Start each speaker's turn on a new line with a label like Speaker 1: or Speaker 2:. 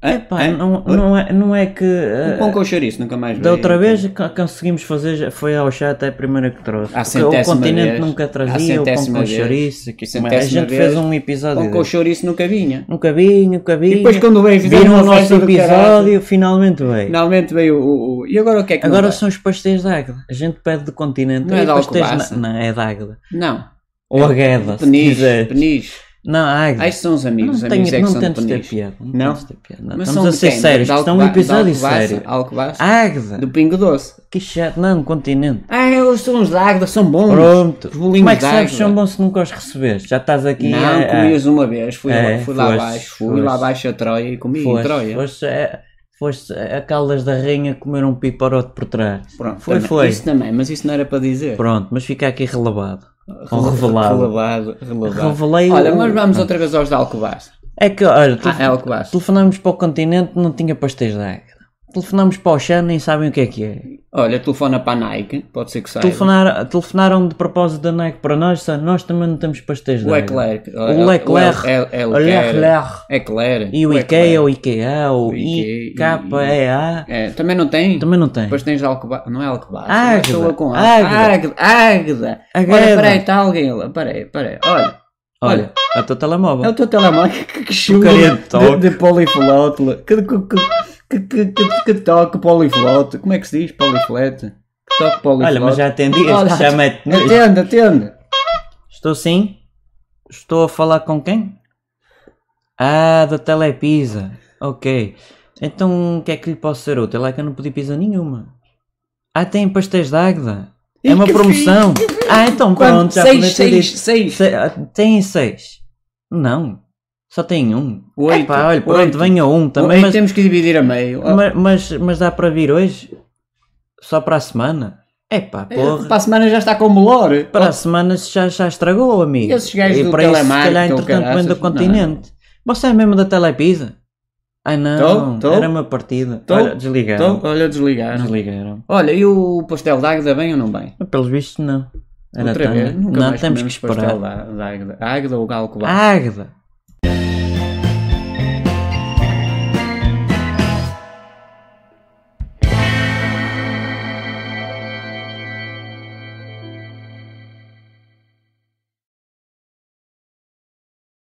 Speaker 1: Epá,
Speaker 2: Hã?
Speaker 1: não, não, é, não é que.
Speaker 2: Um
Speaker 1: eh,
Speaker 2: pão É, com chouriço, nunca mais
Speaker 1: da
Speaker 2: vi.
Speaker 1: outra vez ca- conseguimos fazer já- foi ao chat, é a primeira que trouxe.
Speaker 2: À
Speaker 1: Porque o
Speaker 2: centésima
Speaker 1: continente
Speaker 2: vez.
Speaker 1: nunca
Speaker 2: À
Speaker 1: trazia o pão
Speaker 2: centésima
Speaker 1: com
Speaker 2: vez.
Speaker 1: chouriço. que-
Speaker 2: Centésima
Speaker 1: a gente
Speaker 2: vez.
Speaker 1: fez um episódio.
Speaker 2: Pão com
Speaker 1: desse. Um
Speaker 2: chouriço nunca vinha.
Speaker 1: Nunca vi, nunca vi.
Speaker 2: E depois quando veio fizeram
Speaker 1: Viram
Speaker 2: uma
Speaker 1: o nosso
Speaker 2: festa do
Speaker 1: episódio,
Speaker 2: caralho.
Speaker 1: finalmente veio.
Speaker 2: Finalmente veio o, o- E agora o que é que não
Speaker 1: Agora
Speaker 2: dá?
Speaker 1: são os pastéis de Águeda. A gente pede do continente.
Speaker 2: Não é
Speaker 1: "Ei,
Speaker 2: de
Speaker 1: pastéis
Speaker 2: Alcobaça?"
Speaker 1: na- Não, é de Águeda.
Speaker 2: Não.
Speaker 1: Ou Agueda, se
Speaker 2: Penis,
Speaker 1: quiser.
Speaker 2: penis.
Speaker 1: Não, Águeda.
Speaker 2: Ah, estes são os
Speaker 1: Não,
Speaker 2: amigos. os
Speaker 1: tenho,
Speaker 2: amigos é que
Speaker 1: não
Speaker 2: são de
Speaker 1: temos de ter
Speaker 2: penis.
Speaker 1: piada. Não,
Speaker 2: Não?
Speaker 1: temos de ter piada. Não,
Speaker 2: Mas
Speaker 1: estamos
Speaker 2: são
Speaker 1: a
Speaker 2: de
Speaker 1: ser
Speaker 2: quem?
Speaker 1: sérios.
Speaker 2: De
Speaker 1: Isto é um
Speaker 2: Alcoba- de
Speaker 1: episódio
Speaker 2: Alcobaça?
Speaker 1: sério. Ah.
Speaker 2: Alcobaça?
Speaker 1: Águeda.
Speaker 2: Do Pingo Doce.
Speaker 1: Que chato. Não, um continente.
Speaker 2: Ah, eles são os da Águeda, são bons.
Speaker 1: Pronto.
Speaker 2: Os bolinhos
Speaker 1: Como é que
Speaker 2: de
Speaker 1: sabes
Speaker 2: Águeda.
Speaker 1: se são bons se nunca os recebeste? Já estás aqui
Speaker 2: Não,
Speaker 1: a- a-
Speaker 2: comias uma vez, fui,
Speaker 1: É,
Speaker 2: lá, fui lá
Speaker 1: foste,
Speaker 2: abaixo, fui
Speaker 1: foste.
Speaker 2: lá abaixo a Troia e comi em
Speaker 1: Foste,
Speaker 2: Troia.
Speaker 1: foste, a- foste a Caldas da Rainha comer um piparote por trás.
Speaker 2: Pronto,
Speaker 1: Foi,
Speaker 2: também-
Speaker 1: foi.
Speaker 2: Isso também, mas isso não era para dizer.
Speaker 1: Pronto, mas fica aqui relevado. Ou revelado.
Speaker 2: Relevado, relevado.
Speaker 1: Revelei
Speaker 2: Olha,
Speaker 1: o- Ah.
Speaker 2: mas vamos outra vez aos de Alcobaça.
Speaker 1: É que,
Speaker 2: Ah,
Speaker 1: olha,
Speaker 2: é
Speaker 1: telef-
Speaker 2: Alcobaça.
Speaker 1: telefonámos para o continente, não tinha pastéis de Águeda. Telefonámos para o chão, nem sabem o que é que é.
Speaker 2: Olha, telefona para a Nike, pode ser que saia.
Speaker 1: Telefonar, telefonaram de propósito da Nike para nós, só nós também não temos pastéis de
Speaker 2: O
Speaker 1: Águeda.
Speaker 2: Leclerc.
Speaker 1: O Leclerc.
Speaker 2: O
Speaker 1: O Leclerc.
Speaker 2: Leclerc. Eclair.
Speaker 1: E o IKEA, o IKEA, o
Speaker 2: O Ikea,
Speaker 1: IKEA.
Speaker 2: É, também não tem?
Speaker 1: Também não tem.
Speaker 2: Depois tens Alcobaça. Não é Alcobaça.
Speaker 1: Águeda,
Speaker 2: Estou com
Speaker 1: Águeda.
Speaker 2: Águeda. Águeda.
Speaker 1: Águeda.
Speaker 2: Olha, peraí, está alguém lá. Peraí, peraí. Olha.
Speaker 1: Olha, é o teu telemóvel.
Speaker 2: É o teu telemóvel que, que chuva
Speaker 1: Porcaria de toque.
Speaker 2: de, de poliflauto. Que, que, que, que, que, que toque poliflauto. Como é que se diz poliflete? Que toque poliflauto.
Speaker 1: Olha, mas já atendi
Speaker 2: Olha,
Speaker 1: este chama-te.
Speaker 2: Atende, atende.
Speaker 1: Estou sim? Estou a falar com quem? Ah, da Telepisa. Ok. Então o que é que lhe posso ser útil? É que eu não pedi pizza nenhuma. Ah, tem pastéis de Águeda. É
Speaker 2: Ih,
Speaker 1: uma
Speaker 2: que
Speaker 1: promoção.
Speaker 2: fixe, que fixe.
Speaker 1: Ah, então pronto,
Speaker 2: Quanto?
Speaker 1: já
Speaker 2: Seis,
Speaker 1: podemos
Speaker 2: seis, seis.
Speaker 1: ah, Tem seis. Não. Só tem um.
Speaker 2: Oito,
Speaker 1: Epá, olha, pronto,
Speaker 2: oito.
Speaker 1: venha um também.
Speaker 2: Também
Speaker 1: mas-
Speaker 2: temos que dividir a meio. Oh,
Speaker 1: Ma- Mas, mas, dá para vir hoje? Só para a semana? Epá, porra.
Speaker 2: É, Para a semana já está com o melhor.
Speaker 1: para a semana já, já estragou, amigo.
Speaker 2: Esses gajos
Speaker 1: e
Speaker 2: do
Speaker 1: para isso, se
Speaker 2: telemarketing
Speaker 1: calhar,
Speaker 2: ou
Speaker 1: entretanto, vem
Speaker 2: caraças,
Speaker 1: do
Speaker 2: não, é?
Speaker 1: continente. Você é mesmo da Telepisa? Ah não,
Speaker 2: Tô, tô.
Speaker 1: era uma partida.
Speaker 2: Tô,
Speaker 1: Olha, desligaram.
Speaker 2: Então, olha, desligaram.
Speaker 1: Desligaram.
Speaker 2: Olha, e o pastel de Águeda vem ou não vem?
Speaker 1: Mas, Pelos vistos, não. Era
Speaker 2: Outra
Speaker 1: tão-
Speaker 2: vez, nunca
Speaker 1: não,
Speaker 2: mais
Speaker 1: temos que
Speaker 2: comemos pastel
Speaker 1: esperar.
Speaker 2: da, da Águeda. Águeda ou Galco Bar.
Speaker 1: Águeda.